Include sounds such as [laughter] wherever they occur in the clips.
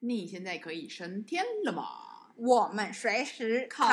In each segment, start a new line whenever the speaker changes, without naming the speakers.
你现在可以升天了吗？
我们随时
靠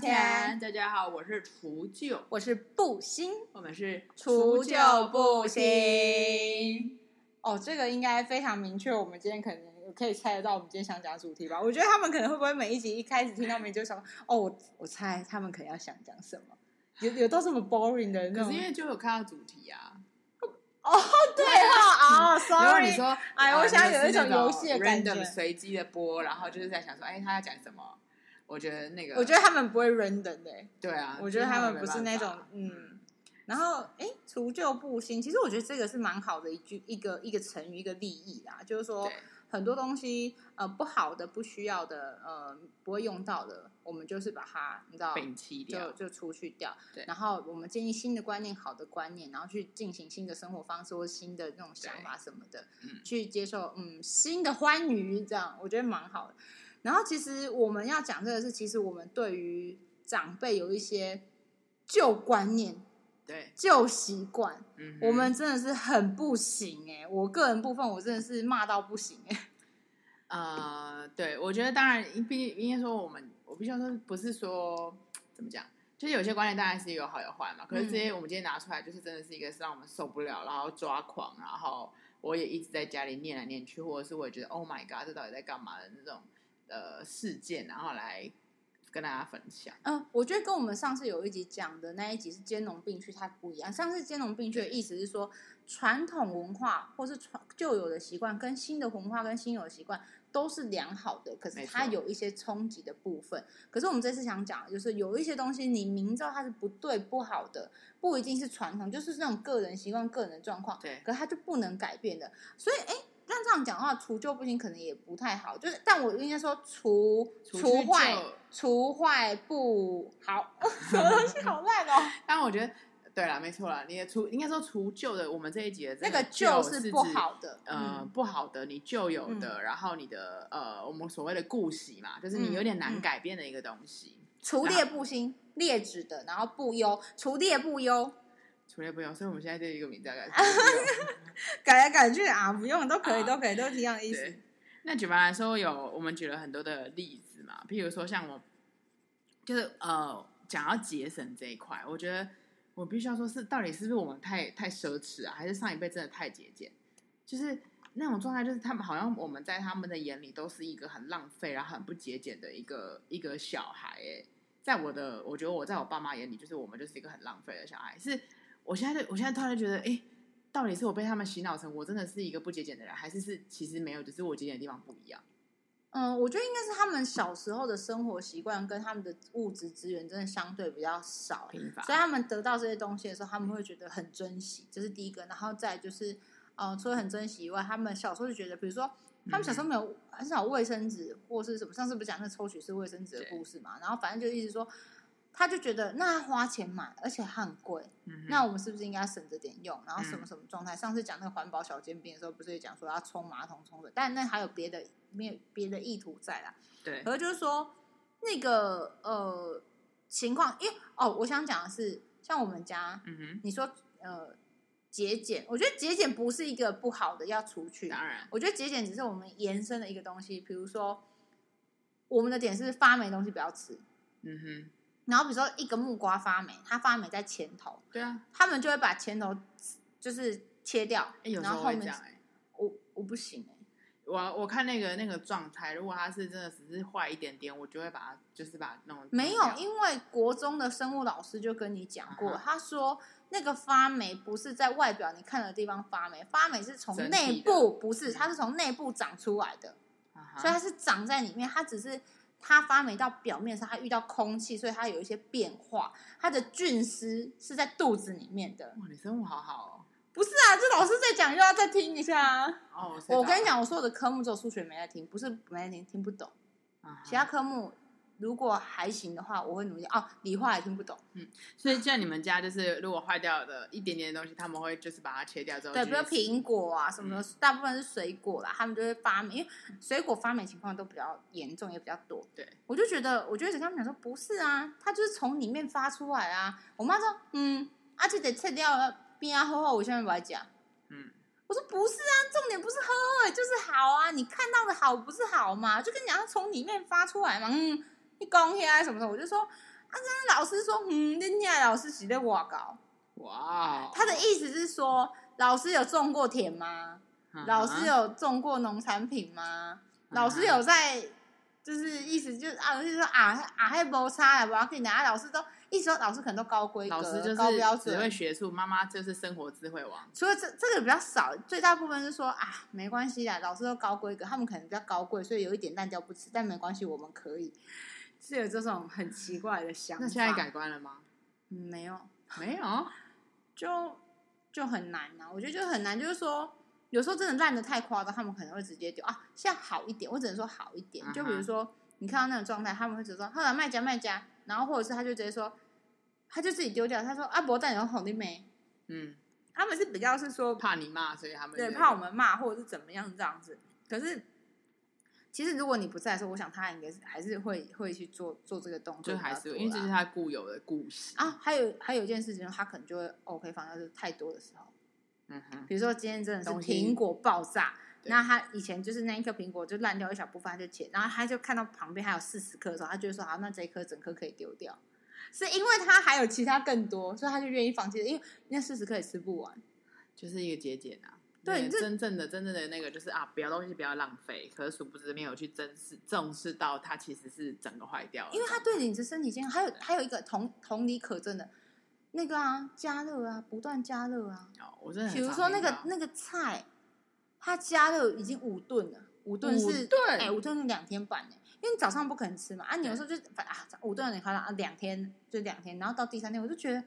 山天！。大家好，我是除旧，
我是布星，
我们是
除旧布
新。
新。哦，这个应该非常明确，我们今天可能。可以猜得到我们今天想讲的主题吧？我觉得他们可能会不会每一集一开始听到名就想哦，我我猜他们可能要想讲什么，有有到这么 boring 的那
可
种
是因为就有看到主题啊，
对哈
[laughs]
啊
然后
，sorry，
你说，
哎
呃
我想有
就
一
是那
种游戏的感觉
random 随机的播，然后就是在想说，哎，他要讲什么？哎我觉得那个，
我觉得他们不会 random 的、
对啊，
我觉得他们不是那
就是
种
他们没办法
嗯。然后，哎，除旧布新，其实我觉得这个是蛮好的一句一个一个成语一个利益啦，就是说
对
很多东西呃不好的、不需要的、呃不会用到的，我们就是把它你知道
摒弃
就
掉，
就除去掉
对。
然后我们建立新的观念、好的观念，然后去进行新的生活方式或新的那种想法什么的
嗯，
去接受嗯新的欢愉，这样我觉得蛮好的。然后其实我们要讲这个是，其实我们对于长辈有一些旧观念、
对，
旧习惯，
嗯哼，
我们真的是很不行哎、我个人部分，我真的是骂到不行哎、
呃，对，我觉得当然，毕竟应该说我们，我必须要说，不是说怎么讲，就是有些观念当然是有好有坏嘛。可是这些
嗯
我们今天拿出来，就是真的是一个是让我们受不了，然后抓狂，然后我也一直在家里念来念去，或者是我也觉得 Oh my God，这到底在干嘛的那种呃事件，然后来跟大家分享。
嗯，我觉得跟我们上次有一集讲的那一集是兼容并蓄，它不一样。上次兼容并蓄的意思是说，传统文化或是传旧有的习惯跟新的文化跟新有的习惯都是良好的，可是
没
它
错
有一些冲击的部分。可是我们这次想讲的就是，有一些东西你明知道它是不对不好的，不一定是传统，就是那种个人习惯、个人的状况，
对
可是它就不能改变的。所以，哎。那这样讲的话，除旧不新可能也不太好，就是，但我应该说除
除
除
去
坏
旧
除坏不好， [laughs] 什么东西好烂
[laughs]
哦？
但我觉得对啦，没错啦，你的除应该说除旧的，我们这一集的
那
个
个旧
是
是不
指
好的，
呃、
嗯，
不好的，你旧有的，然后你的呃，我们所谓的固习嘛，就是你有点
嗯
难
嗯
改变的一个东西。
除劣不新，劣质的，然后不优，除劣不优，
除了不用，所以我们现在就一个名字要
[laughs]
改除了不用。
改来改去啊，不用都可以，
啊
都可以，都是一样的意思。
对，那举凡来说有，我们举了很多的例子嘛，譬如说像我，就是呃，讲到节省这一块，我觉得我必须要说是，到底是不是我们太太奢侈啊，还是上一辈真的太节俭？就是那种状态，就是他们好像我们在他们的眼里都是一个很浪费，然后很不节俭的一个一个小孩、欸。在我的，我觉得我在我爸妈眼里，就是我们就是一个很浪费的小孩。是我现在就，我现在突然觉得，哎、到底是我被他们洗脑成我真的是一个不节俭的人，还是是其实没有，只是我节俭的地方不一样？
嗯，我觉得应该是他们小时候的生活习惯跟他们的物质资源真的相对比较少，
贫乏
所以他啊们得到这些东西的时候，他们会觉得很珍惜，这是第一个。然后再就是，呃，除了很珍惜以外，他们小时候就觉得，比如说他们小时
嗯
候没有很少卫生纸或是什么，上次不是讲那抽取式卫生纸的故事嘛？然后反正就一直说，他就觉得那他花钱买，而且它很贵，
嗯哼
那我们是不是应该省着点用？然后什么
嗯
什么状态？上次讲那个环保小煎饼的时候，不是也讲说要冲马桶冲水，但那还有别的没有别的意图在啦。
对
可是就是说那个呃情况，因为哦，我想讲的是，像我们家，
嗯哼，
你说呃节俭，我觉得节俭不是一个不好的要除去，
当然，
我觉得节俭只是我们延伸的一个东西。比如说我们的点是发霉的东西不要吃，
嗯哼，
然后比如说一个木瓜发霉，它发霉在前头。
对啊，
他们就会把前头就是切掉，
哎、有时
然
候
后后
会
面
这样哎、
我我不行哎、
我我看那个那个状态，如果它是真的只是坏一点点，我就会把它就是把它弄
没
弄
有，
掉
因为国中的生物老师就跟你讲过，
啊哈
他说那个发霉不是在外表你看的地方发霉，发霉是从
整体的
内部，不是
嗯
它是从内部长出来的，
啊哈
所以它是长在里面，它只是。它发霉到表面上，它遇到空气，所以它有一些变化。它的菌丝是在肚子里面的，
哇，你生活好好
不是啊？这老师在讲，又要再听一下、啊。
哦。哦
我跟你，讲，我所有的科目只有数学没在听，不是没在听，听不懂。其
谁
他科目如果还行的话，我会努力。哦，理化也听不懂，
所以像你们家就是如果坏掉的一点点的东西，他们会就是把它切掉之后
对，
继
比
续
如
吃，嗯
苹果啊什么的，大部分是水果啦，他们就会发霉，因为水果发霉情况都比较严重，也比较多。
对，
我就觉得，我就一直跟他们讲说，不是啊，它就是从里面发出来啊。我妈说，嗯，啊，这得切掉了，边啊后后，我下面不来讲。
嗯，
我说不是啊，重点不是喝喝，就是好啊，你看到的好不是好嘛？就跟你讲，它从里面发出来嘛，嗯，你讲些什么什么，我就说啊，跟老师说，嗯，人家老师写的我搞，
哇哦，
他的意思是说，老师有种过田吗？
嗯
老
啊
师有种过农产品吗？老师有在，就是意思就是啊，就是说啊啊，还没差啦，我要给你拿。老师都意思说老师可能都高规格、
老师就
高标
是只会
准。
学术，妈妈就是生活智慧王。
除了这这个比较少，最大部分是说啊，没关系啦，老师都高规格，他们可能比较高贵，所以有一点烂掉不吃，但没关系，我们可以。是有这种很奇怪的想法。
那现在改观了吗？
嗯没有？
没有，
就就很难呐、啊我觉得就很难，就是说有时候真的烂的太夸张，他们可能会直接丢啊。现在好一点，我只能说好一点
嗯。哼
就比如说你看到那种状态，他们会直接说“后来卖家卖家”，然后或者是他就直接说，他就自己丢掉。他说：“阿伯蛋有红的没
嗯，？”
他们是比较是说
怕你骂，所以他们
对
就
怕我们骂或者是怎么样这样子。可是其实如果你不在的时候，我想他应该是还是会会去做做这个动作
就
比较多啦，
还是因为这是他固有的故事。
啊，还有还有一件事情，他可能就会 OK 放掉，就是太多的时候。
嗯哼，
比如说今天真的是
东西
苹果爆炸，
对
那他以前就是那一颗苹果就烂掉一小部分，他就切，然后他就看到旁边还有四十颗的时候，他就说好，那这一颗整颗可以丢掉，是因为他还有其他更多，所以他就愿意放弃，因为那四十颗也吃不完。
就是一个节俭啊。
对
那个
这
真正的真正的那个就是啊，不要东西不要浪费。可是殊不知没有去珍视重视到它其实是整个坏掉了，
因为它对你的身体健康，还有还有一个同同理可证的，那个啊，加热啊，不断加热啊，
哦，我真的很
比如
常
说那
听
个
到
那个菜，它加热已经五顿了，五顿
五
是
顿
哎、五顿是两天半哎、因为你早上不可能吃嘛，啊，你有时候就反啊五顿有点夸张啊，两天就两天，然后到第三天我就觉得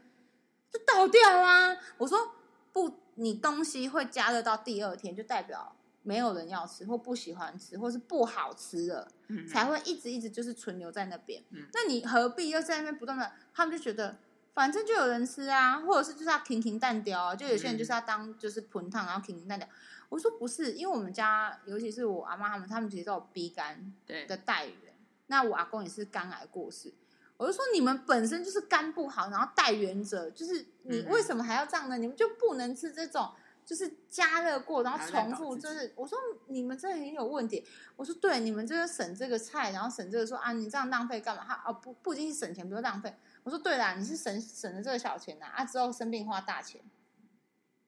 就倒掉啊，我说不，你东西会加热到第二天，就代表没有人要吃或不喜欢吃，或是不好吃了。
嗯
才会一直一直就是存留在那边。
嗯
那你何必要在那边不断的？他们就觉得反正就有人吃啊，或者是就是要平平淡掉啊，就有些人
嗯
就是要当就是盆烫，然后平平淡掉。我说不是，因为我们家尤其是我阿妈他们，他们其实都有鼻肝
对
的带源，那我阿公也是肝癌过世。我就说你们本身就是肝不好，然后带源者就是你
嗯
为什么还要这样呢？你们就不能吃这种就是加热过，然后
还要再
重
搞
复，
自己
就是我说你们这很有问题。我说对，你们就是省这个菜，然后省这个说啊，你这样浪费干嘛？他哦不不仅仅省钱，不是浪费。我说对啦，你是省省了这个小钱呐、啊，之后生病花大钱。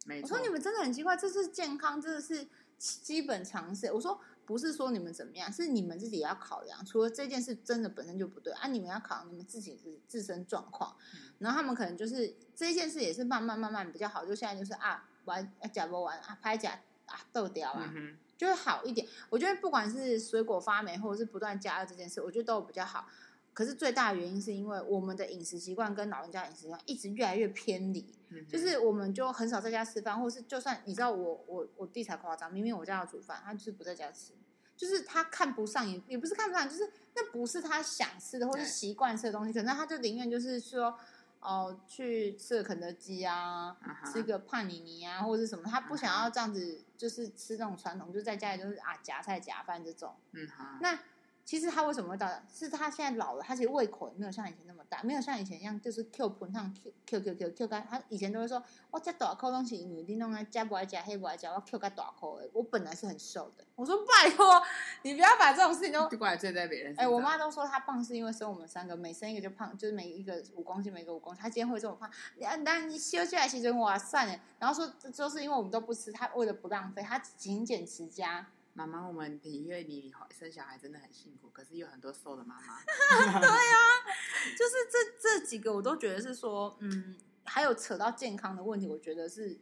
没
我
错
说你们真的很奇怪，这是健康，这是基基本常识。我说不是说你们怎么样，是你们自己也要考量。除了这件事真的本身就不对啊，你们要考量你们自己的自身状况。
嗯
然后他们可能就是这件事也是慢慢慢慢比较好，就现在就是啊玩啊假不玩啊拍假啊豆掉啊，
嗯哼，
就会好一点。我觉得不管是水果发霉，或者是不断加热这件事，我觉得都有比较好。可是最大的原因是因为我们的饮食习惯跟老人家的饮食习惯一直越来越偏离，
嗯哼
就是我们就很少在家吃饭，或是就算你知道我我我弟才夸张，明明我家要煮饭，他就是不在家吃，就是他看不上也也不是看不上，就是那不是他想吃的或是
对
习惯吃的东西，可能他就宁愿就是说哦、去吃个肯德基啊，
啊哈
吃个帕尼尼啊或者是什么，他不想要这样子就是吃那种传统，就在家里就是啊夹菜夹饭这种。
嗯好，
那其实他为什么会到？是他现在老了，他其实胃口也没有像以前那么大，没有像以前一样就是 Q 盆上 Q Q Q Q Q 干。他以前都会说，我这大口东西，因为你弄啊，加不爱加，黑不爱加，我 Q 个大口的。我本来是很瘦的，我说拜托，你不要把这种事
[laughs]
情都
就过来罪在别人身
哎、
上。
我妈都说她胖是因为生我们三个，每生一个就胖，就是每一个五公斤，每一个五公斤。她今天会这么胖，那那你休息来其实哇算了。然后说这就是因为我们都不吃，她为了不浪费，她勤俭持家。
妈妈，我们体会你生小孩真的很辛苦，可是有很多瘦的妈妈，
[laughs] 就是这这几个我都觉得是说，嗯，还有扯到健康的问题，我觉得是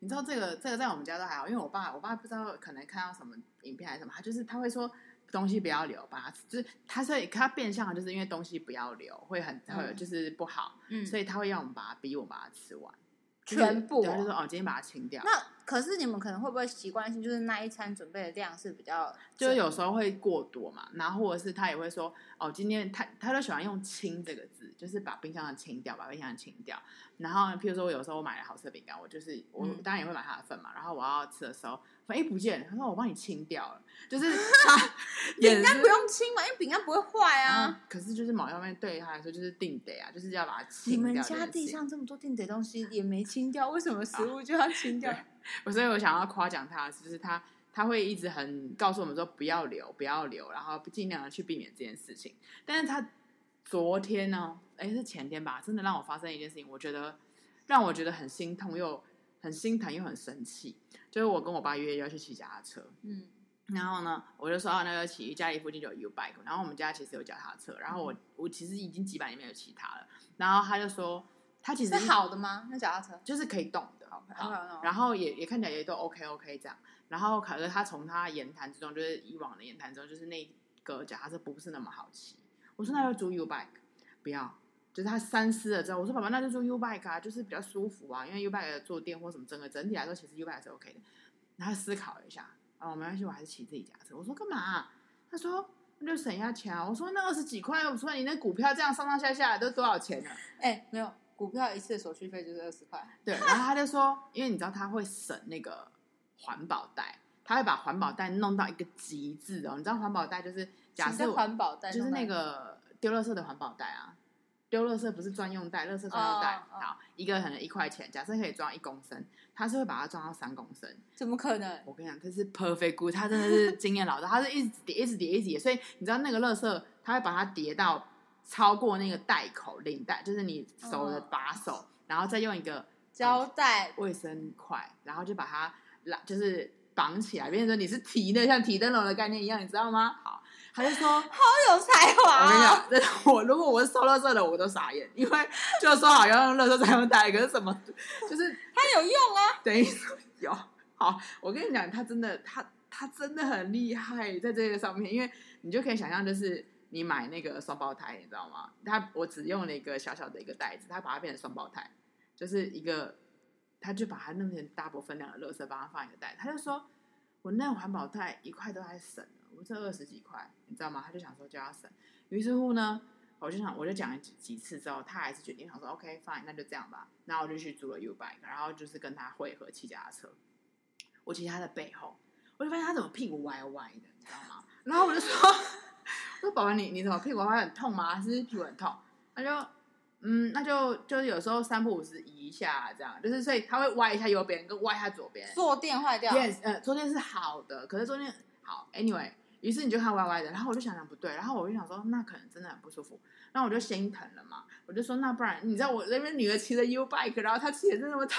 你知道这个这个在我们家都还好，因为我爸我爸不知道可能看到什么影片还是什么，他就是他会说东西不要留，把它吃就是他所以他变相的就是因为东西不要留会很
嗯
会就是不好，
嗯
所以他会让我们把它逼我们把它吃完，就是
全部
对他就说
哦。
哦今天把它清掉，
那可是你们可能会不会习惯性就是那一餐准备的量是比较
就是有时候会过多嘛，然后或者是他也会说，哦，今天他他都喜欢用“清”这个字，就是把冰箱的清掉，把冰箱的清掉。然后譬如说，我有时候我买了好吃的饼干，我就是我
嗯
当然也会
[laughs]
买他的份嘛，然后我要吃的时候，发现哎不见了，他说我帮你清掉了，就是他也
饼干不用清嘛，因为饼干不会坏啊。
可是就是某方面对他来说就是定得啊，就是要把它
你
清掉
们
这件事。
家地上这么多定得东西也没清掉，为什么食物就要清掉？
我所以我想要夸奖他，就是他他会一直很告诉我们说不要留，不要留，然后尽量的去避免这件事情。但是他昨天呢，哎是前天吧，真的让我发生一件事情，我觉得让我觉得很心痛又很心疼又很生气。就是我跟我爸约要去骑脚踏车，
嗯
然后呢，我就说啊，那个骑家里附近就有 U bike，然后我们家其实有脚踏车，然后
嗯
我我其实已经几百年没有骑它了。然后他就说，他其实
是好的吗？那脚踏车
就是可以动的，
好看，
好
好看，
然后也也看起来也都 OK OK 这样。然后可是他从他言谈之中，就是以往的言谈中，就是那个脚踏车不是那么好骑。我说那就租 U bike，不要。就是他三思了之后，我说爸爸那就租 U bike 啊，就是比较舒服啊，因为 U bike 的坐垫或什么，整个整体来说其实 U bike 是 OK 的。然后他思考了一下，哦，没关系，我还是骑自己脚踏车。我说干嘛啊、他说那就省一下钱啊。我说那二十几块，我说你那股票这样上上下下来都多少钱啊呢、
哎，没有股票一次的手续费就是二十块，
对，然后他就说，因为你知道他会省那个环保袋，他会把环保袋弄到一个极致哦。你知道环保袋就是假
请在
设我
环保袋
就是
弄到
那个丢垃圾的环保袋啊，丢垃圾不是专用袋，垃圾专用袋
哦，哦
好，一个可能一块钱，假设可以装一公升，他是会把它装到三公升。
怎么可能？
我跟你讲，这是 perfect good，他真的是经验老道，他是一直叠，一直叠，一直叠，所以你知道那个垃圾，他会把它叠到超过那个袋口领带，就是你手的
哦
把手，然后再用一个
胶带
卫生筷，然后就把它拉，就是绑起来，变成说你是提的，像提灯笼的概念一样，你知道吗？好，他就说，我
都有才华
跟你
啊，
讲，这是我如果我是收垃圾的，我都傻眼，因为就说好要用垃圾再用袋，可是什么，就是
它有用啊，
[laughs] 等于说有好，我跟你讲，他真的，他他真的很厉害，在这个上面，因为你就可以想象，就是你买那个双胞胎，你知道吗？他我只用了一个小小的一个袋子，他把它变成双胞胎，就是一个，他就把它弄成大部分量的垃圾，把它放一个袋子，他就说，我那环保袋一块都还省了，我这二十几块，你知道吗？他就想说就要省，于是乎呢。我就想，我就讲了几几次之后，他还是决定想说，OK fine，那就这样吧。然后我就去租了 U bike，然后就是跟他会合骑脚踏车。我骑他的背后，我就发现他怎么屁股歪歪的，你知道吗？然后我就说， [laughs] 我说宝宝你你怎么屁股歪歪很痛吗？还是屁股很痛？他就嗯，那就就是有时候三不五时移一下这样，就是所以他会歪一下右边跟歪一下左边。
坐垫坏掉，
Yes，呃，昨天是好的，可是昨天好，anyway，于是你就看歪歪的，然后我就想想不对，然后我就想说，那可能真的很不舒服，然后我就心疼了嘛，我就说那不然，你知道我那边女儿骑的 U bike，然后她骑的真的那么痛，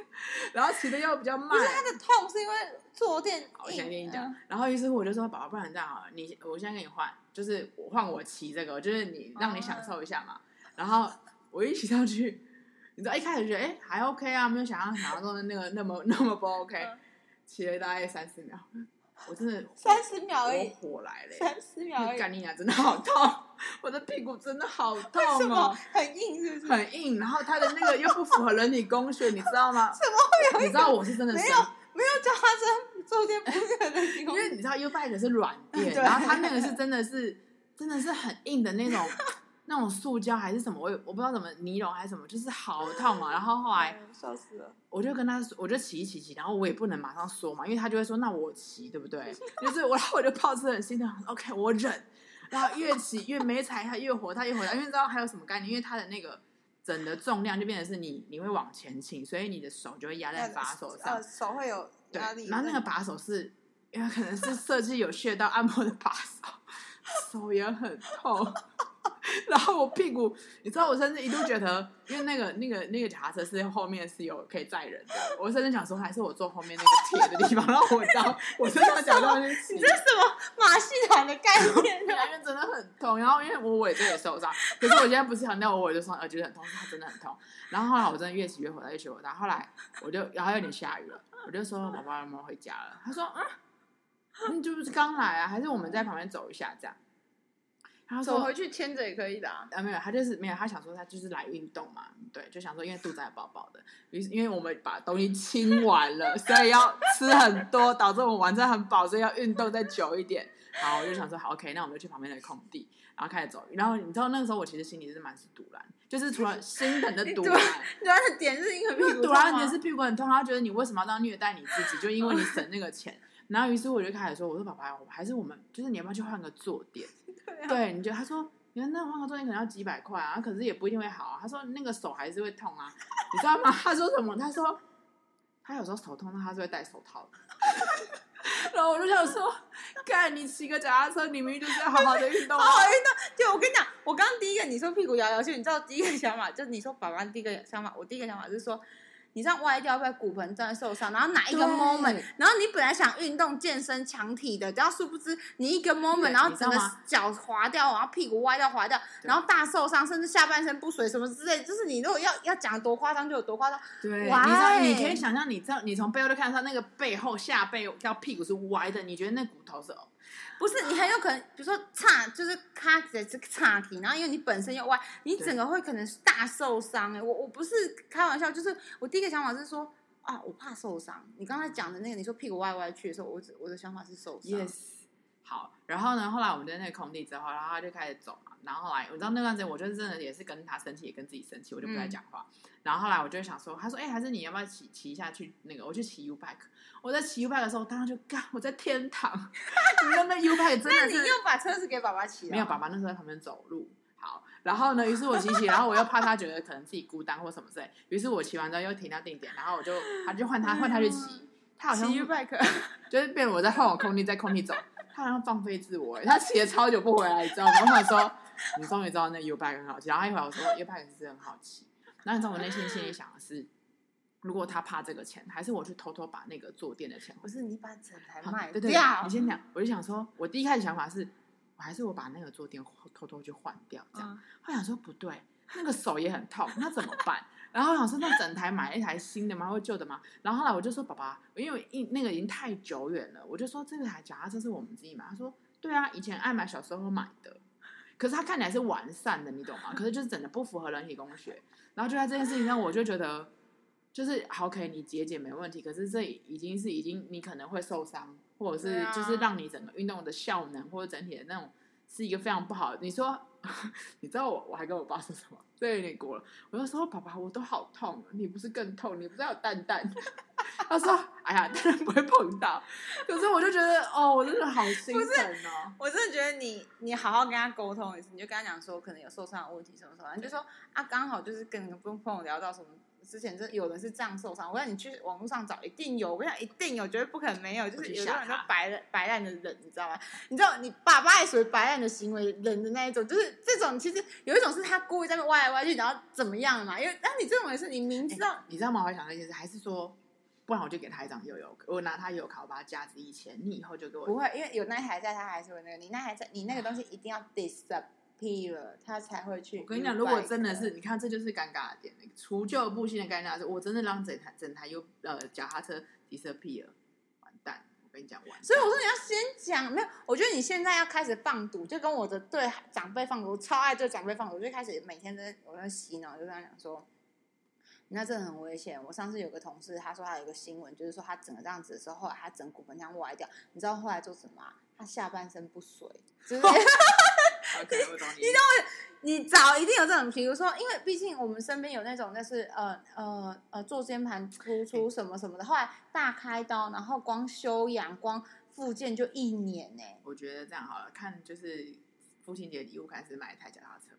[laughs] 然后骑的又比较慢
不，是它的痛是因为坐垫硬。
好我先跟你讲
嗯，，
然后于是乎我就说，宝宝，不然这样好了，你我先给你换，就是我换我骑这个，就是你让你享受一下嘛。然后我一骑上去，你知道一开始觉得哎、诶还 OK 啊，没有想象想象中的那个那么那么不 OK，
嗯
骑了大概三四秒，我真的
三十秒而
我
已，
火来了、欸，
三十秒而已，
干你娘真的好痛，我的屁股真的好痛
为什么
哦，
很硬？是不是？
很硬，然后它的那个又不符合人体工学，你知道吗？
怎么会
你知道我是真的
没
生
有没有脚踏车坐垫不是很
因
硬？
为你知道 U bike 是软垫，
对
然后它那个是真的是真的是很硬的那种那种塑胶还是什么，我也我不知道怎么尼龙还是什么，就是好痛啊。然后后来
嗯笑死了。
我就跟他说，我就骑一骑骑，然后我也不能马上说嘛，因为他就会说那我骑对不 [laughs] 对？就是我，然后我就抱着很心疼，OK，我忍。然后越骑越没踩他越火，他越火大，因为你知道还有什么概念？因为他的那个整的重量就变成是你你会往前倾，所以你的手就会压在把手上
呃，，手会有
对
压力。，
然后那个把手是，因为可能是设计有穴道按摩的把手，手也很痛。 [laughs] 然后我屁股，你知道，我甚至一度觉得，因为那个那个那个脚踏车是后面是有可以载人的，我甚至想说还是我坐后面那个铁的地方，然后我知道我真的脚到去骑
[laughs] 你，这是什么马戏团的概
[laughs]
念 [laughs] 呢？
男人真的很痛。然后因为我尾椎也受伤，可是我现在不是强调我尾椎受伤，而觉得很痛，是它真的很痛。然后后来我真的越骑越火大，越骑越火大。后来我就然后有点下雨了，我就说宝宝有没有回家了？他说嗯，嗯，就不是刚来啊，还是我们在旁边走一下这样。然后说
去牵着也可以的啊。
啊，没有，他就是没有，他想说他就是来运动嘛，对，就想说因为肚子还饱饱的，于是因为我们把东西清完了，所以要吃很多，导致我们晚餐很饱，所以要运动再久一点。好，我就想说好，OK，那我们就去旁边的空地，然后开始走。然后你知道那个时候我其实心里是蛮是堵然，就是除了心疼的堵
对
然，
主要的点是因为
因
屁
为啊
股
堵
痛
然
吗
你的是屁股很痛，然后觉得你为什么要这样虐待你自己，就因为你省那个钱。然后于是我就开始说，我说爸爸，我还是我们就是你要不要去换个坐垫？
[laughs] 对啊，
对，你觉得他说，你看那换个坐垫可能要几百块啊，可是也不一定会好啊。他说那个手还是会痛啊，你知道吗？ [laughs] 他说什么？他说他有时候手痛，他是会戴手套的。 [laughs] 然后我就想说，干你骑个脚踏车，你明明就是要好好的运动啊
好！好运动。哦哎对，我跟你讲，我刚刚第一个你说屁股摇来摇去，你知道第一个想法就是你说爸爸第一个想法，我第一个想法是说。你这样歪掉，会不会骨盆真的受伤？然后哪一个
对
moment？然后你本来想运动、健身、强体的，然后殊不知你一个 moment，
对
然后
你知
整
道
个
吗
脚滑掉，然后屁股歪掉、滑掉，
对
然后大受伤，甚至下半身不遂什么之类。就是你如果要要讲多夸张就有多夸张，
对，你知道，
Why？
你可以想象，你知道，你从背后就看得到那个背后下背到屁股是歪的，你觉得那骨头是哦
不是，你很有可能，比如说岔，就是卡在这个岔题，然后因为你本身又歪，你整个会可能是大受伤、欸。我我不是开玩笑，就是我第一个想法是说啊，我怕受伤。你刚才讲的那个，你说屁股歪歪去的时候，我只我的想法是受伤。
，yes。好，然后呢？后来我们在那个空地之后，然后他就开始走嘛。然后后来，我知道那段时间，我就是真的也是跟他生气，也跟自己生气，我就不
嗯
再讲话。然后后来我就想说，他说：“哎、还是你要不要骑骑一下去那个？我去骑 U bike。”我在骑 U bike 的时候，我当时就干，我在天堂。 [laughs] 你知道那 U bike 真
那
的
你
是
又把车子给爸爸骑了？
没有，爸爸那时候在旁边走路。好，然后呢，于是我骑骑，然后我又怕他觉得可能自己孤单或什么之类，于是我骑完之后又停到定点，然后我就他就换他换他去骑，他好像
骑 U bike，
就是变成我在换我空地在空地走，他好像放飞自我，欸他骑了超久不回来，你知道吗？我想说你终于知道那 U bike 很好骑，然后一会儿我说 U bike 是真的很好骑，然后你知道我内心心里想的是，如果他怕这个钱，还是我去偷偷把那个坐垫的钱
不
回
是你把整台
好
卖
对对
掉
你？先讲，我就想说，我第一开始想法是，我还是我把那个坐垫偷偷去换掉，这样。
嗯
后来想说不对，那个手也很痛，那怎么办？ [laughs] 然后我想说，那整台买一台新的吗？或旧的吗？然后后来我就说，爸爸，因为一那个已经太久远了，我就说这个台脚踏车是我们自己买。他说，对啊，以前爱买小时候买的，可是它看起来是完善的，你懂吗？可是就是整的不符合人体工学。然后就在这件事情上，我就觉得，就是好，OK，你节俭没问题，可是这已经是已经你可能会受伤，或者
对
是
啊
就是让你整个运动的效能或者整体的那种是一个非常不好的。你说， [laughs] 你知道我我还跟我爸说什么？这有点过了。我就说爸爸，我都好痛，你不是更痛？你不是还有蛋蛋？他说：“哎呀，当然不会碰到。”可是我就觉得，哦，我真的好心
不是
疼哦。
我真的觉得你，你好好跟他沟通一次，你就跟他讲说，可能有受伤的问题什么什么，你就说啊，刚好就是跟跟朋友聊到什么，之前真的有人是这样受伤，我让你去网络上找，一定有，我想一定有，绝对不可能没有，就是有些人都白烂白烂的人，你知道吗？你知道你爸爸也属于白烂的行为人的那一种，就是这种其实有一种是他故意在那边歪来歪去，然后怎么样嘛？因为但你这种也是你明知道、
你知道吗？我还想到一件事，还是说，不然我就给他一张悠悠卡，我拿他悠悠卡，我把它价值一千，你以后就给我
不会，因为有那台在，他还是会那个，你那台在，你那个东西一定要 disappear，他才会去 U bike。
我跟你讲，如果真的是，你看这就是尴尬的点，除旧布新的尴尬是，我真的让整台整台又呃脚踏车 disappear，完蛋！我跟你讲，完蛋。
所以我说你要先讲，没有，我觉得你现在要开始放毒，就跟我的对长辈放毒，我超爱对长辈放毒，我就开始每天都在我在洗脑，就跟他讲说，啊你那真的很危险。我上次有个同事，他说他有个新闻，就是说他整个这样子的时候，后来他整骨盆这样歪掉，你知道后来做什么、啊？他下半身不遂，就是。
OK，我懂你。你懂
你早一定有这种，比如说，因为毕竟我们身边有那种，就是呃呃呃坐间盘突出什么什么的，后来大开刀，然后光修养、光复健就一年呢、
我觉得这样好了，看就是父亲节礼物开始买一台脚踏车，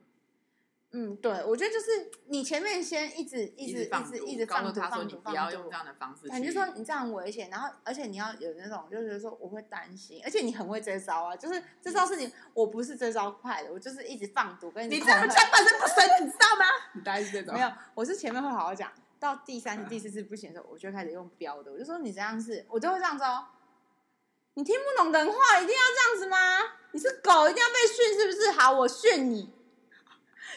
嗯，对，我觉得就是你前面先一直一
一
直
放
一直
毒
一直
告
放
诉
毒
他说
放
你
毒
不
放
要用
毒
这，样的方式去，
反正就说你这样很危险，然后而且你要有那种就是说我会担心，而且你很会这招啊，
嗯
就是这招是你我不是这招快的，我就是一直放毒跟
你
你
这样
恐吓
下半身不深，你知道吗？你大概是这种
没有，我是前面会好好讲，到第三次、第四次不行的时候，我就开始用标的，我就说你这样是，我就会这样子哦。你听不懂人话，一定要这样子吗？你是狗，一定要被训是不是？好，我训你。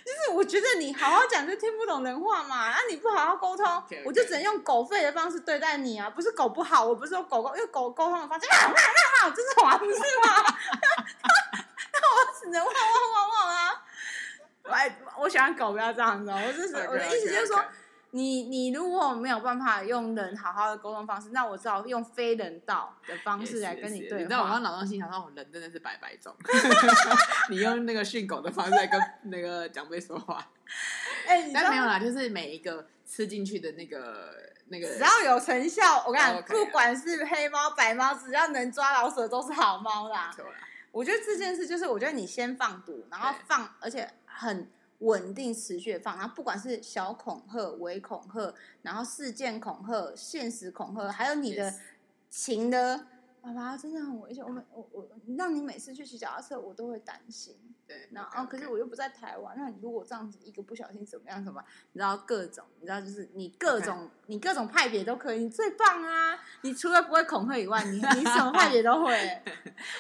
就是我觉得你好好讲就听不懂人话嘛，啊你不好好沟通
OK，OK
我就只能用狗吠的方式对待你啊，不是狗不好，我不是说狗狗，因为狗沟通的方式，啊啊啊啊，这是我啊，不是吗？那我只能汪汪汪汪啊！我还我喜欢狗不要这样子哦，我就是我的
啊
意思就是说，你你如果没有办法用人好好的沟通方式，那我只好用非人道的方式来跟
你
对
你知道我
话
刚。脑中心想到，我人真的是百百
[laughs]
种。 [laughs] 你用那个训狗的方式来跟那个长辈说话，
哎、你知道
但没有啦，就是每一个吃进去的那个那个
只要有成效，我跟你讲
OK 啊
不管是黑猫白猫，只要能抓老鼠的都是好猫啦
没。错啦
我觉得这件事就是，我觉得你先放毒，然后
对
放，而且很稳定持续地放，然后不管是小恐吓、微恐吓，然后事件恐吓、现实恐吓，还有你的
Yes
情的。爸爸真的很危险，我每我我让你每次去骑脚踏车，我都会担心。
对，
然后、哦可是我又不在台湾，那你如果这样子一个不小心怎么样怎么样，你知道各种，你知道就是你各种你各种派别都可以，你最棒啊！你除了不会恐吓以外，你你什么派别都会。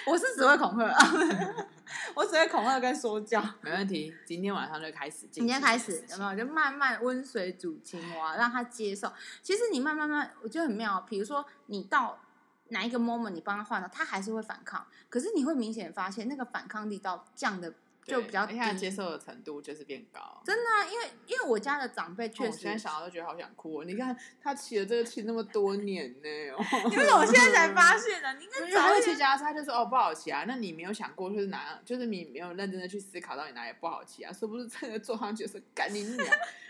我是只会恐吓， [laughs] 我只会恐吓跟说教。
没问题，今天晚上就开始进行
今天开始
这件事，情
有没有就慢慢温水煮青蛙，让他接受。其实你慢慢慢，我觉得很妙哦。比如说你到哪一个 moment，你帮他换了，他还是会反抗，可是你会明显发现那个反抗力道降的
对
就比较
而
低
且。他接受的程度就是变高。
真的啊、因为因为我家的长辈
哦
确
我
实，
现在想到都觉得好想哭、哦。你看他骑了这个骑那么多年呢、哦
因为我现在才发现呢，你应该
嗯因为他
早
会
一
骑
点。
脚踏车，他就说哦不好骑啊。那你没有想过就是哪，就是你没有认真的去思考到底哪里不好骑啊？是不是真的坐上去是干你娘？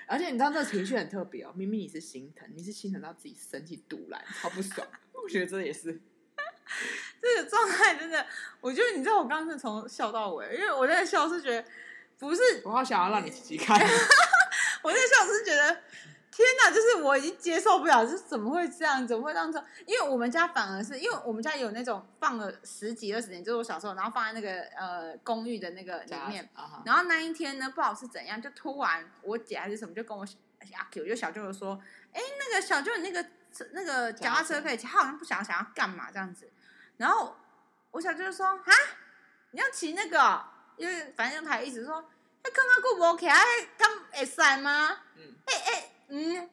而且你知道这个情绪很特别哦，明明你是心疼，你是心疼到自己生气、堵然，超不爽。 [laughs] 我觉得这也是
这个状态真的，我觉得你知道，我刚刚是从笑到尾，因为我在笑是觉得不是
我好想要让你骑骑看。 [laughs]
我那时候是觉得，天哪，就是我已经接受不了，就是怎么会这样？怎么会让这？因为我们家反而是因为我们家有那种放了十几二十年，就是我小时候，然后放在那个呃公寓的那个里面。
啊哈，
然后那一天呢，不知道是怎样，就突然我姐还是什么，就跟我小哎阿 Q 就小舅舅说：“哎，那个小舅，你那个车那个脚踏车可以骑，他好像不想想要干嘛这样子。”然后我小舅就说：“啊，你要骑那个哦、因为反正他一直说，那刚刚过不 OK 啊，刚会塞吗？
嗯，
嗯，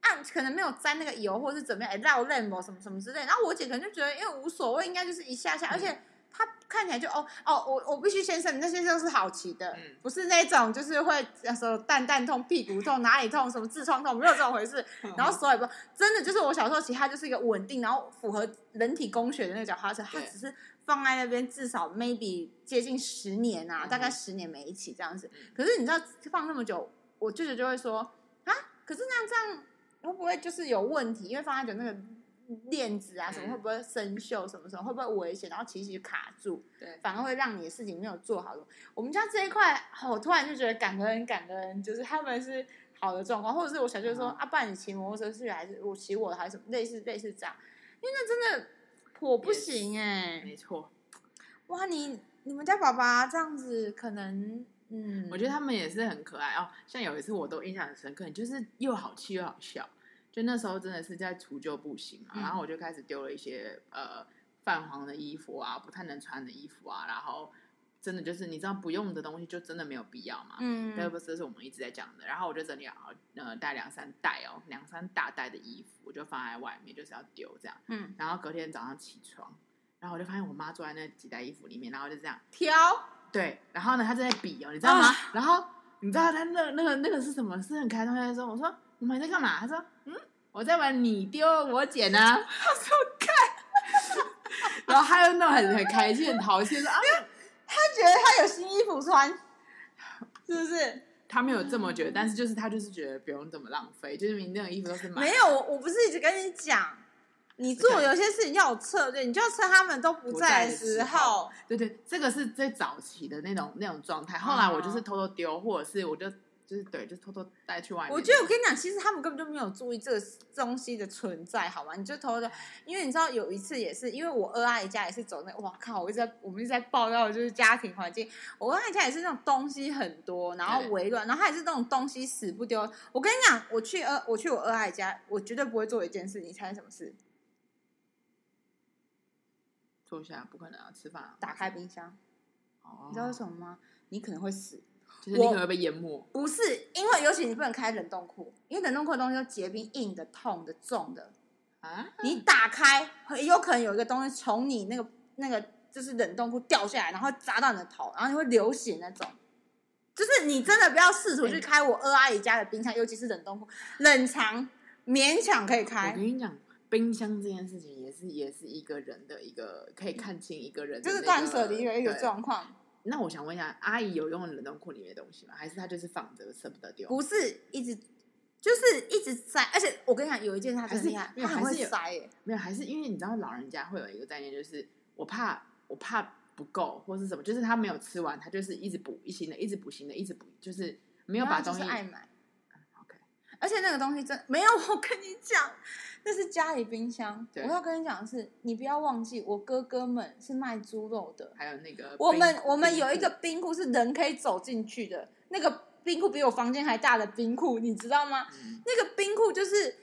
啊，可能没有沾那个油，或者是怎么样，哎绕链某什么什么之类。然后我姐可能就觉得，因为无所谓，应该就是一下下，
嗯
而且她看起来就哦哦，我我必须先生，那先生是好骑的，
嗯 [laughs]
不是那种就是会那时候蛋蛋痛、屁股痛、哪里痛、什么痔疮痛，没有这种回事。
嗯
然后手也不，真的就是我小时候骑，它就是一个稳定，然后符合人体工学的那个脚踏车，它
对
只是放在那边至少 maybe 接近十年啊，
嗯
大概十年每一起这样子
嗯。
可是你知道放那么久，我舅舅就会说啊，可是那样这样会不会就是有问题？因为放太久那个链子啊什么
嗯
会不会生锈？什么什么会不会危险？然后骑骑就卡住，
对
反而会让你的事情没有做好。我们家这一块，我突然就觉得感恩感恩，就是他们是好的状况，或者是我小舅说、
嗯
啊，不然你骑摩托车去还是我骑我的还是什么类似类似这样，因为那真的我不行哎、
嗯没错，
哇，你你们家爸爸这样子可能嗯，
我觉得他们也是很可爱哦。像有一次我都印象很深刻，就是又好气又好笑。就那时候真的是在除旧布新嘛，
嗯
然后我就开始丢了一些呃泛黄的衣服啊，不太能穿的衣服啊，然后真的就是你知道不用的东西就真的没有必要嘛。
嗯
对，不是，这是我们一直在讲的。然后我就整理好，呃，带两三袋哦，两三大袋的衣服，我就放在外面，就是要丢这样。
嗯
然后隔天早上起床，然后我就发现我妈坐在那几袋衣服里面，然后就这样
挑
对，然后呢，他正在比哦，你知道吗？
啊
然后你知道他那那个那个是什么？是很开心的时候，我说我们还在干嘛？他说嗯，我在玩你丢我捡
[laughs]
啊。他说看， [laughs] 然后他又那种很很开心很淘气说啊，
他觉得他有新衣服穿，是不是？
他没有这么觉得，但是就是他就是觉得不用这么浪费，就是你那种衣服都是买
没有，我我不是一直跟你讲。你做有些事情要有策略，你就要趁他们都
不
不在
在
的
的
时
时候
候，
对对，这个是最早期的那种那种状态。后来我
哦
就是偷偷丢，或者是我就就是对，就偷偷带去外面。
我觉得我跟你讲，其实他们根本就没有注意这个东西的存在，好吗？你就偷偷，因为你知道有一次也是，因为我二阿姨家也是走那，哇靠！我一直在我们一直在爆料，就是家庭环境。我二阿姨家也是那种东西很多，然后
对
微乱，然后她也是那种东西死不丢。我跟你讲，我去二我去我二阿姨家，我绝对不会做一件事，你猜什么事？
坐下不可能啊，吃饭啊，
打开冰箱，
哦，
你知道为什么吗？你可能会死。
就是你
我
可能会被淹没。
不是，因为尤其你不能开冷冻库，因为冷冻库的东西都结冰，硬的、痛的、重的，
啊，
你打开，很有可能有一个东西从你那个那个就是冷冻库掉下来，然后砸到你的头，然后你会流血那种。就是你真的不要
嗯
试图去开我二阿姨家的冰箱，尤其是冷冻库、冷藏，勉强可以
我
开
跟。你讲，冰箱这件事情也是也是一个人的一个可以看清一个人的、
就
那
是
个
断舍离的一个
对
状况，
那我想问一下，阿姨有用冷冻库里面的东西吗？还是她就是放着舍不得丢？
不是一直就是一直塞，而且我跟你讲，有一件他真的厉害
还，是
他很
还
会
是有
塞耶。
没有，还是因为你知道老人家会有一个概念，就是我怕我怕不够或是什么，就是他没有吃完，他就是一直补一新的，一直补新的，一直补，就是没有把
然后
东西
他就是爱买。嗯
OK
而且那个东西真没有，我跟你讲，那是家里冰箱。我
对
要跟你讲的是，你不要忘记，我哥哥们是卖猪肉的。
还有那个
我
冰
们我们有一个
冰
冰库是人可以走进去的，那个冰库比我房间还大的冰库，你知道吗？
库嗯
那个冰库就是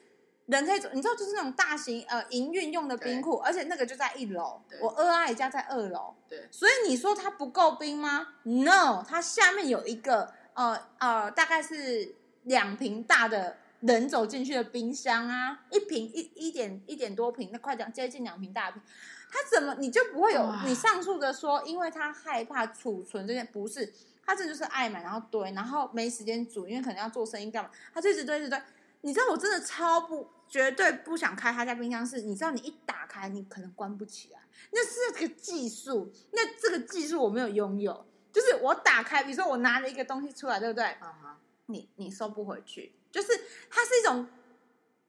人可以走，你知道，就是那种大型呃营运用的冰库，而且那个就在一楼
对，
我二阿姨家在二楼，
对
所以你说它不够冰吗？No，它下面有一个呃呃，大概是两平大的人走进去的冰箱啊，一平一一点一点多平，那快两接近两平大的瓶，它怎么你就不会有
哇
你上述的说，因为他害怕储存这件不是，他这就是爱买然后堆，然后没时间煮，因为可能要做生意干嘛，他就一直堆一直堆。你知道我真的超不绝对不想开他家冰箱是，你知道你一打开你可能关不起来，那是个技术，那这个技术我没有拥有，就是我打开，比如说我拿了一个东西出来，对不对？
啊哈，
你你收不回去，就是它是一种，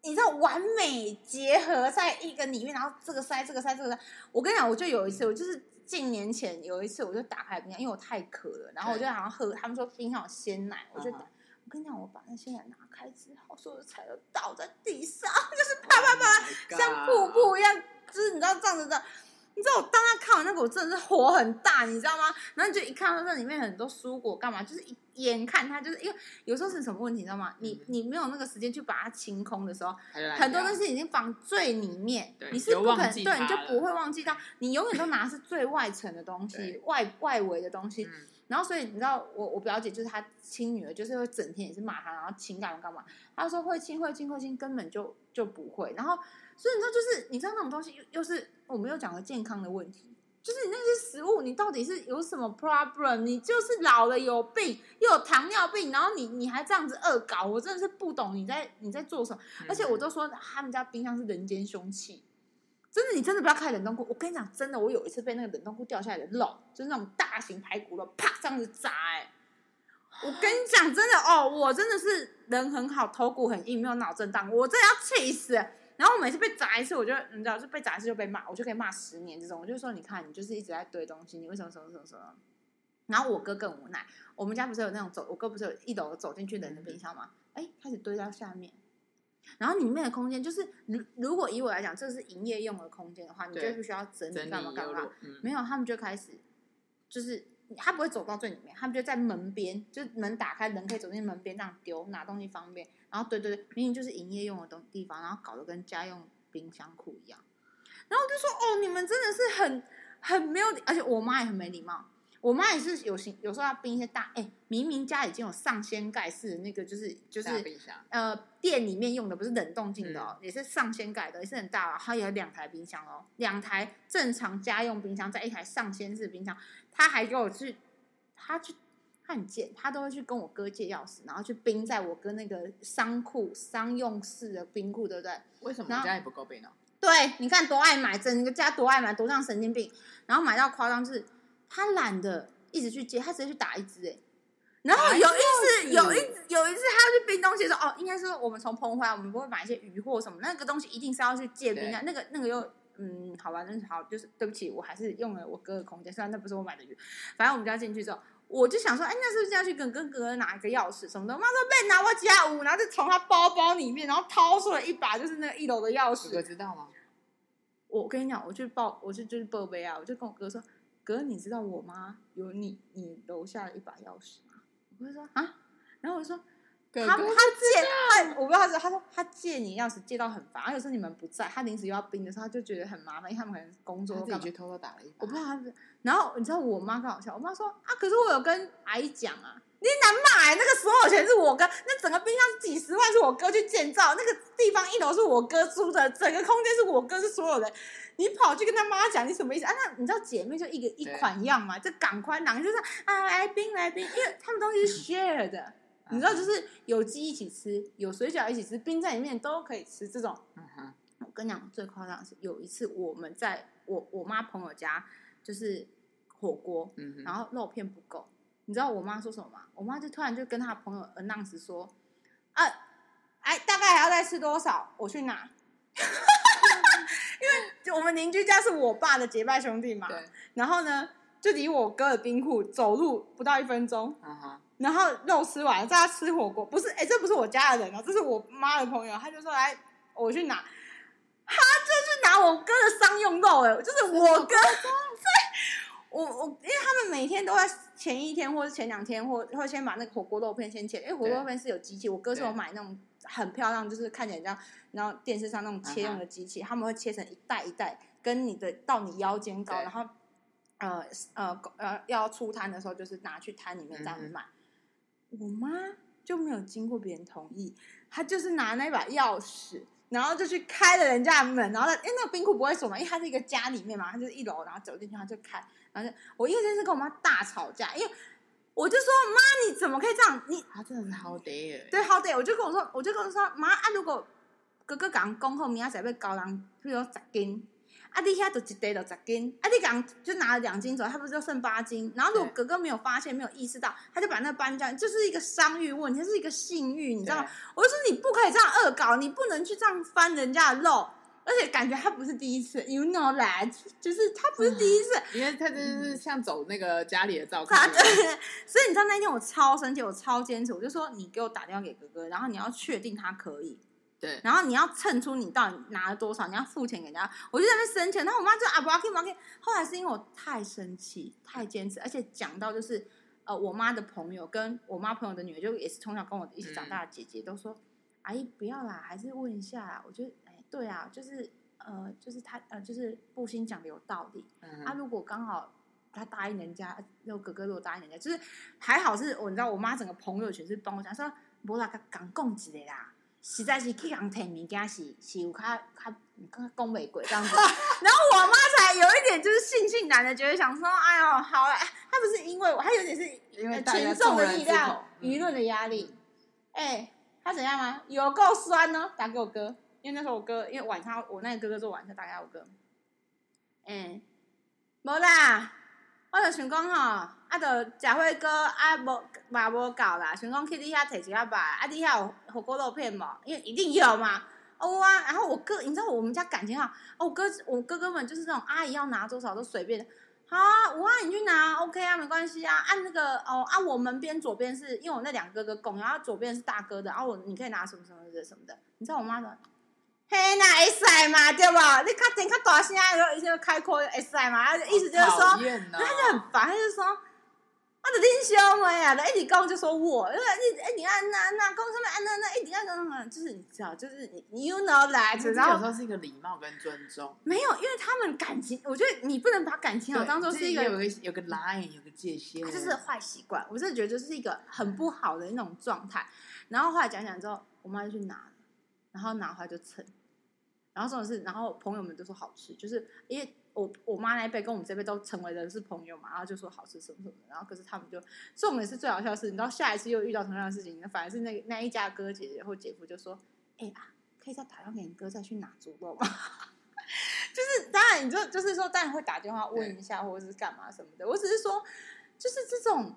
你知道完美结合在一个里面，然后这个塞这个塞这个塞。我跟你讲，我就有一次，我就是近年前有一次，我就打开冰箱，因为我太渴了，然后我就
对
好像喝，他们说冰箱有鲜奶，我就打。
嗯
我跟你讲，我把那鲜奶拿开之后，所有的菜都倒在地上，
啪啪啪
像瀑布一样，就是你知道这样子的。你知道我当他看完那个，我真的是火很大，你知道吗？然后你就一看到那里面很多蔬果干嘛，就是一眼看它，就是因为有时候是什么问题，你知道吗？你
嗯
你没有那个时间去把它清空的时候，很
很
多东西已经放最里面
对，
你是不可
你就忘记
能
它
对，你就
了
不会忘记到，你永远都拿是最外层的东西
对，
外外围的东西，
嗯
然后所以你知道我我表姐就是她亲女儿，就是会整天也是骂她，然后情感干嘛？她说会亲会亲会亲，根本就就不会。然后所以你知道就是你知道那种东西又又是我们又讲了健康的问题，就是你那些食物你到底是有什么 problem？你就是老了有病，又有糖尿病，然后你你还这样子恶搞，我真的是不懂你在你在做什么。而且我
嗯
都说他们家冰箱是人间凶器，真的，你真的不要开冷冻库。我跟你讲，真的，我有一次被那个冷冻库掉下来的肉，就是那种大型排骨肉，啪这样子砸、哎，我跟你讲，真的哦，我真的是人很好，头骨很硬，没有脑震荡，我真的要气死。然后我每次被砸一次，我就你知道，就被砸一次就被骂，我就可以骂十年这种。我就说，你看，你就是一直在堆东西，你为什么什么什么什么？然后我哥更无奈，我们家不是有那种走，我哥不是有一楼走进去人的冰箱吗？哎，开始堆到下面，然后里面的空间就是，如如果以我来讲，这是营业用的空间的话，你就
对
必须要整理
整理
干嘛干
有
嘛
路。，嗯
没有，他们就开始就是他不会走到最里面，他们就在门边，就是门打开，人可以走进门边这样丢，拿东西方便。然后对对对，明明就是营业用的东地方，然后搞得跟家用冰箱库一样。然后我就说哦，你们真的是很很没有，而且我妈也很没礼貌。我妈也是有行，有时候要冰一些大，哎、明明家已经有上掀盖式的那个、就是，就是
大冰箱
呃店里面用的不是冷冻进的哦，也是上掀盖的，也是很大哦，它也有两台冰箱哦，两台正常家用冰箱，再一台上掀式冰箱，他还给我去，他去。他很贱，他都会去跟我哥借钥匙，然后去冰在我哥那个商库商用室的冰库，对不对？
为什么
然
我
后
家也不够冰呢？
对，你看多爱买，整个家多爱买，多像神经病。然后买到夸张就是，他懒得一直去接，他直接去打一只哎、然后有一次，
哎呦
有一有一次，他要去冰东西的时候，哦，应该是我们从澎湖来，我们不会买一些鱼货什么，那个东西一定是要去借冰的。那个那个又嗯，好吧，那好，就是对不起，我还是用了我哥的空间，虽然那不是我买的鱼，反正我们家进去之后，我就想说，哎，那是不是要去跟跟哥哥拿一个钥匙什么的？我妈说被拿我家五，然后就从他包包里面，然后掏出了一把就是那个一楼的钥匙
哥，哥知道吗？
我跟你讲，我去报，我去就是报备啊，我就跟我哥说，哥，你知道我妈有你你楼下的一把钥匙吗？我哥说啊，然后我就说
哥
他他
哥
借他，我不知道他说他说他借你钥匙借到很烦，而有时候你们不在，他临时又要冰的时候，他就觉得很麻烦，因为他们可能工作
他
或
自己
干嘛
去偷偷打了一把，
我不知道他是。然后你知道我妈更好笑，我妈说啊，可是我有跟阿姨讲啊，你难买、那个所有钱是我哥，那整个冰箱几十万是我哥去建造，那个地方一楼是我哥租的，整个空间是我哥是所有人，你跑去跟他妈讲，你什么意思啊？那你知道姐妹就一个一
对
款样嘛，就赶快拿，就是啊来冰来冰，因为他们东西
嗯
是 share 的。
啊
你知道，就是有鸡一起吃，有水饺一起吃，冰在里面都可以吃这种。
嗯哼，
我跟你讲，最夸张的是有一次我们在我我妈朋友家，就是火锅，
嗯哼，
然后肉片不够，你知道我妈说什么吗？我妈就突然就跟她朋友 announce 说，啊，吃多少，我去拿。 [laughs] 因为就我们邻居家是我爸的结拜兄弟嘛，
对，
然后呢，就离我哥的冰库走路不到一分钟，
嗯哼，
然后肉吃完，在他吃火锅，不是，哎、这不是我家的人哦，这是我妈的朋友，他就说来，我去拿，他就去拿我哥的商用肉，哎，就是我哥，对， [laughs] 我我，因为他们每天都在前一天或者前两天或会先把那个火锅肉片先切，因为火锅肉片是有机器，我哥是有
对
买那种很漂亮，就是看起来像，然后电视上那种切用的机器，他们会切成一袋一袋，跟你的到你腰间高，
对
然后。呃呃狗呃，要出摊的时候，就是拿去摊里面这样
嗯
子
哼
卖。我妈就没有经过别人同意，她就是拿那把钥匙，然后就去开了人家的门，然后她因为那个冰库不会锁嘛，因为它是一个家里面嘛，它就是一楼，然后走进去，她就开，然后就我一真是跟我妈大吵架，因为我就说妈，你怎么可以这样？你
他真的是好 dare，
对，好歹我就跟我说，我就跟我说，妈啊，如果哥哥讲讲好明仔载要交人，比如说十斤，啊，你遐就一袋就十斤，啊，你讲就拿了两斤走，他不是就剩八斤？然后如果
对
哥哥没有发现，没有意识到，他就把那搬掉，这是一个商誉问题，这是一个信誉，你
你
知道吗？我就说你不可以这样恶搞，你不能去这样翻人家的肉，而且感觉他不是第一次，you know that，就是他不是第一次，
因为他就是像走那个家里的照
嗯他
看
就， [laughs] 所以你知道那天我超生气，我超坚持，我就说你给我打电话给哥哥，然后你要确定他可以，
对，
然后你要称出你到底拿了多少，你要付钱给人家。我就在那边生钱，然后我妈就啊不要给不要给。后来是因为我太生气、太坚持，而且讲到就是呃，我妈的朋友跟我妈朋友的女儿，就也是从小跟我一起长大的姐姐，都说阿姨不要啦，还是问一下啦。我觉得哎，对啊，就是呃，就是他呃，就是布心讲的有道理。
嗯
啊，如果刚好他答应人家，呃那个哥哥如果答应人家，就是还好是我，你知道我妈整个朋友圈是帮我讲说，无啦，甲讲讲一个啦，实在是去人摕物件是是有较较较讲袂过这样子，然后我妈才有一点就是悻悻然的觉得想说，哎呦，好啦，她不是因为我，她有点是
因
呃
为大家
群众的
人嗯
力
之口
量、舆论的压力，哎、他怎样吗？有够酸呢！打给我哥，因为那时候我哥，因为晚上我那个哥哥做晚餐，打给我哥。哎、无啦，我就想讲吼，啊，就食火锅啊，无嘛无够啦，想讲去你遐摕一下吧，啊，你遐有火锅肉片无？因为一定有嘛。哦啊，然后我哥，你知道我们家感情好，哦，我哥我哥哥们就是那种阿姨要拿多少都随便，好啊，五万你去拿，OK 啊，没关系啊。按那个哦，啊，我门边左边是因为我那两个哥哥拱，然后左边是大哥的，然、后啊我你可以拿什么什么的什么的。你知道我妈的，嘿，那会使嘛，对吧？你看，点看大声，然后一些开口会使嘛，啊意思就是说，
讨厌哦
[laughs] 然后他就很烦，他就说：“啊，就恁兄妹啊，就一直讲就说哎我，因为一直一直按那按那，讲什么按那按那，一直按那按那，就是你知道，就是你你 you know 啦，
这
然
有
后
时候是一个礼貌跟尊重，
没有，因为他们感情，我觉得你不能把感情好
对
当做
就是
一个
有个有个 line 有个界限，
它就是坏习惯。我真的觉得就是一个很不好的那种状态。然后后来讲讲之后，我妈就去拿了，然后拿回来就称，然后这种事，然后朋友们都说好吃，就是因为我我妈那一辈跟我们这辈都成为的是朋友嘛，然后就说好吃什么什么的，然后可是他们就重点是最好笑的是，你知道下一次又遇到同样的事情，那反而是那个那一家哥姐姐或姐夫就说，哎、啊，可以再打电话给你哥再去拿猪肉吗？ [laughs] 就是当然，你就就是说，当然会打电话问一下，或者是干嘛什么的。我只是说，就是这种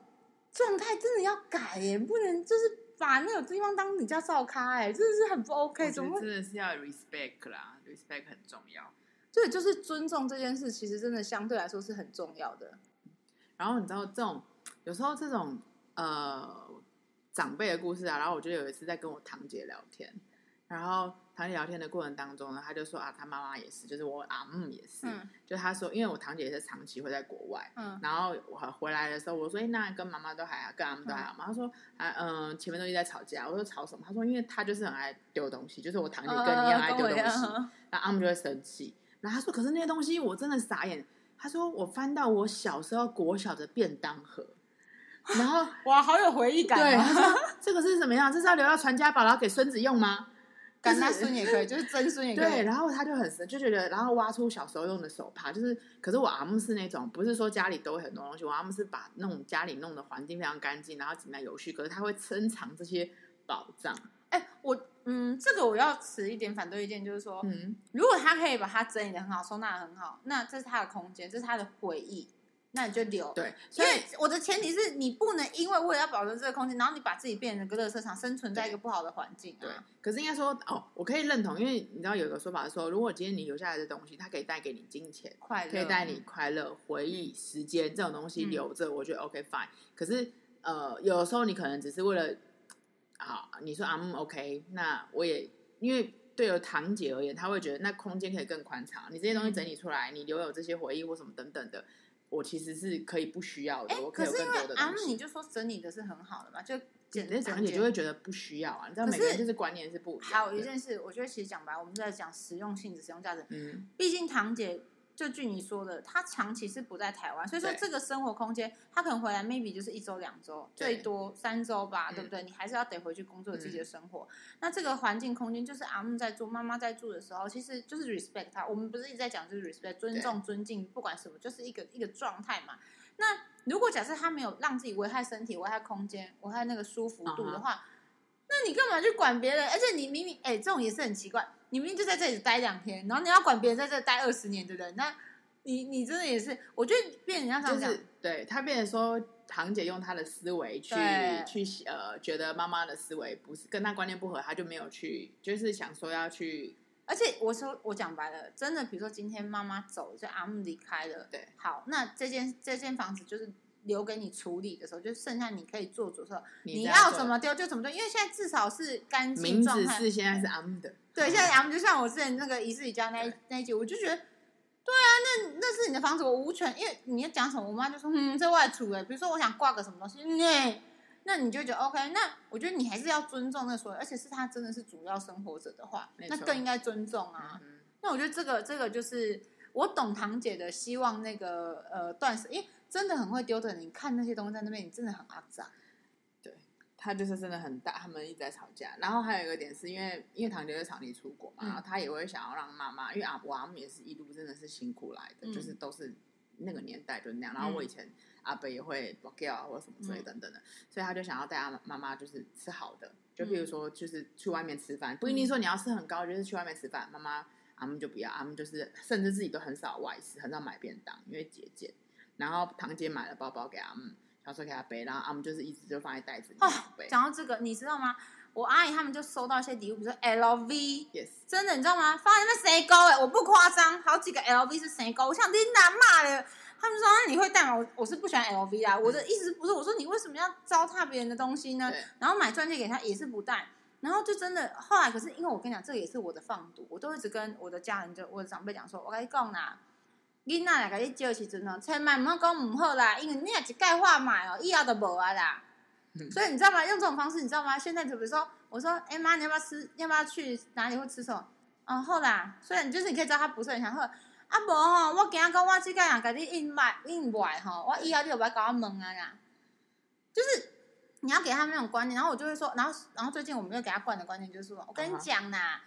状态真的要改耶，不能就是把那种地方当你家照咖哎，真的是很不 OK。
我
怎
觉得
么会
真的是要有 respect 啦，respect 很重要。
对，就是尊重这件事，其实真的相对来说是很重要的。
然后你知道这种有时候这种呃长辈的故事啊，然后我就有一次在跟我堂姐聊天，然后堂姐聊天的过程当中呢，她就说啊，她妈妈也是，就是我阿姆也是，
嗯
就她说，因为我堂姐也是长期会在国外。
嗯
然后我回来的时候，我说：“哎、那跟妈妈都还好，跟阿姆都还好吗？”她说：“啊，嗯、前面都一直在吵架。”我说：“吵什么？”她说：“因为她就是很爱丢东西，就是我堂姐
嗯
哦跟你一
[laughs]
样爱丢东西。然后阿姆就会生气。然后他说：“可是那些东西我真的傻眼。”他说：“我翻到我小时候国小的便当盒，然后
哇，好有回忆感、
对，他
哦！
说这个是怎么样？这是要留到传家宝，然后给孙子用吗？
干
就是
他孙也
[laughs]
可以，就是曾孙也可
对，
以。
然后他就很生，就觉得，然后挖出小时候用的手帕，就是，可是我阿姆是那种，不是说家里都会很多东西，我阿姆是把那种家里弄的环境非常干净，然后井然有序，可是他会珍藏这些宝藏，
哎、我嗯，这个我要持一点反对意见，就是说，
嗯，
如果他可以把它整理的很好，收纳的很好，那这是他的空间，这是他的回忆。那你就留。
对，
因
所以
为我的前提是你不能因为为了要保留这个空间，然后你把自己变成一个垃圾场，生存在一个不好的环境
对
啊。，
可是应该说哦，我可以认同，因为你知道有一个说法是说，如果今天你留下来的东西，它可以带给你金钱，
快乐
可以带你快乐、回忆、时间这种东西
嗯
留着，我觉得 OK fine。可是呃，有的时候你可能只是为了啊，你说 I'm OK，那我也因为对于堂姐而言，她会觉得那空间可以更宽敞，你这些东西
嗯
整理出来，你留有这些回忆或什么等等的，我其实是可以不需要的，
哎、
我
可
以有
是
更
因
多
为
的
阿
东
木，
西
你。就说整理的是很好的嘛，就
你
简
那堂姐
简
就会觉得不需要啊，你知道
可
每个人
是
就是观念是不一样的。
还有一件事，我觉得其实讲白，我们在讲实用性质、使用价值。
嗯，
毕竟堂姐就据你说的，她长期是不在台湾，所以说
对
这个生活空间，她可能回来 maybe 就是一周、两周，
对
最多三周吧，
嗯
对不对？你还是要得回去工作，有自己的生活。那这个环境空间就是阿木在住，妈妈在住的时候，其实就是 respect 她。我们不是一直在讲就是 respect，尊重、尊敬，不管什么，就是一个一个状态嘛。那如果假设她没有让自己危害身体、危害空间、危害那个舒服
嗯
度的话那你干嘛去管别人？而且你明明哎、这种也是很奇怪，你明明就在这里待两天，然后你要管别人在这待二十年的人，那你你真的也是，我觉得变人家这
就
样讲，
是对她变成说，堂姐用她的思维去
对
去呃，觉得妈妈的思维不是跟她观念不合，她就没有去，就是想说要去
而且我说我讲白了，真的，比如说今天妈妈走了，就阿木离开了，
对，
好，那这间这间房子就是留给你处理的时候，就剩下你可以做主的时候，你
这样
要
做
怎么丢就怎么丢，因为现在至少是干净
名
状
字
态，
是现在是 I'm 的，
对，现在咱们就像我之前那个疑似瑜伽那一
对
那一集，我就觉得，对啊，那那是你的房子，我无权，因为你要讲什么，我妈就说，嗯，这外出哎、比如说我想挂个什么东西，那、那你就觉得 OK，那我觉得你还是要尊重那所有，而且是他真的是主要生活者的话
没，
那
错
更应该尊重啊。
嗯
那我觉得这个这个就是我懂堂姐的希望，那个呃断舍，因为真的很会丢的，你看那些东西在那边，你真的很肮脏。
他就是真的很大，他们一直在吵架。然后还有一个点是因为，因为堂姐在长期出国嘛，
嗯
然后她也会想要让妈妈，因为阿我阿姆也是一路真的是辛苦来的，
嗯
就是都是那个年代就那样。然后我以前阿伯也会 b l o g 啊或什么之类
嗯
等等的，所以他就想要带他妈妈就是吃好的，就
嗯
比如说就是去外面吃饭，不一定说你要吃很高，就是去外面吃饭，妈妈阿姆就不要，阿姆就是甚至自己都很少外食，很少买便当，因为节俭。然后堂姐买了包包给阿姆。想说给他背，然后阿姆就是一直就放在袋子里
哦
面背。
讲到这个，你知道吗？我阿姨他们就收到一些礼物，比如说 LV，
Yes，
真的，你知道吗？放在那谁勾哎，我不夸张，好几个 LV 是谁勾，我想琳达骂了，他们说那你会戴吗？我我是不喜欢 LV 啊，我的意思不是，我说你为什么要糟蹋别人的东西呢
对？
然后买钻戒给他也是不戴，然后就真的后来可是因为我跟你讲，这个也是我的放毒，我都一直跟我的家人就我的长辈讲说，我跟你讲啦。囡仔来甲你借的时阵哦，千万毋好讲毋好啦，因为你若一届话买哦，以后就无啊啦。
嗯
所以你知道吗？用这种方式，你知道吗？现在就比如说，我说，哎、妈，你要不要吃？要不要去哪里或吃什么？哦，好啦，虽然就是你可以知道他不是很想喝，啊无吼，我惊讲我即个人甲你印买印买吼，我以后你就不要甲我问啊啦。就是你要给他们那种观念，然后我就会说，然后然后最近我们就给他灌的观念就是说，我跟你
嗯哼
讲啦，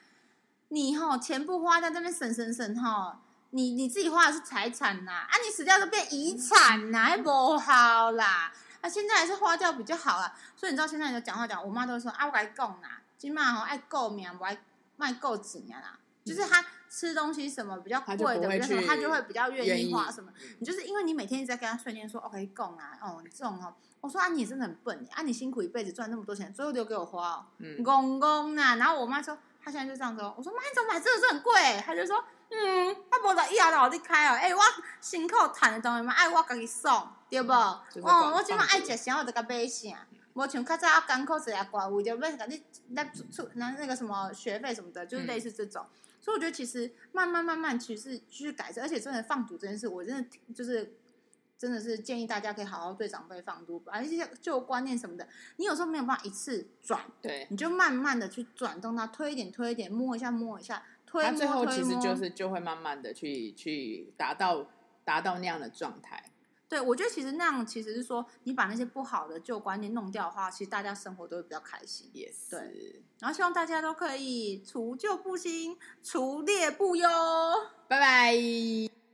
你吼钱不花在这边省省省吼，你你自己花的是财产呐，啊你死掉都变遗产呐，还不好啦。啊，现在还是花掉比较好啦。啊所以你知道现在就讲话讲，我妈都会说啊，我跟你讲啦，今嘛吼爱够命，不爱卖够钱啊啦。就是她吃东西什么比较
她
贵
嗯就不
的，
会
比较什么，她
去
就会比较愿
愿
意
意
花什么。
嗯
你就是因为你每天一直在跟他训练说，OK，供啊，哦，你这种哦，我说啊，你也真的很笨，啊，你辛苦一辈子赚那么多钱，最后留给我花哦，
嗯，
公公啊，然后我妈说，她现在就这样说，哦我说妈，你怎么买这个这很贵？她就说，嗯，她不得一摇到你开哦，哎、我辛苦赚的东西嘛，哎，我给你送，对不？
嗯就是管
哦，我即马
放
爱
着嗯
食啥，我就甲买啥。无像较早啊，艰苦一下寡为着要甲你那出出那那个什么学费什么的，就是
嗯
类似这种。所以我觉得其实慢慢慢慢，其实去改正，而且真的放毒这件事，我真的就是真的是建议大家可以好好对长辈放毒，而且就观念什么的，你有时候没有办法一次转，
对，
你就慢慢的去转动它，推一点推一点，摸一下摸一下，推
他
摸
最后
推
其实
摸。
就是就会慢慢的去去达到达到那样的状态，
对，我觉得其实那样其实是说，你把那些不好的旧观念弄掉的话，其实大家生活都会比较开心。
也是。
然后希望大家都可以除旧布新，除劣不忧。
拜拜。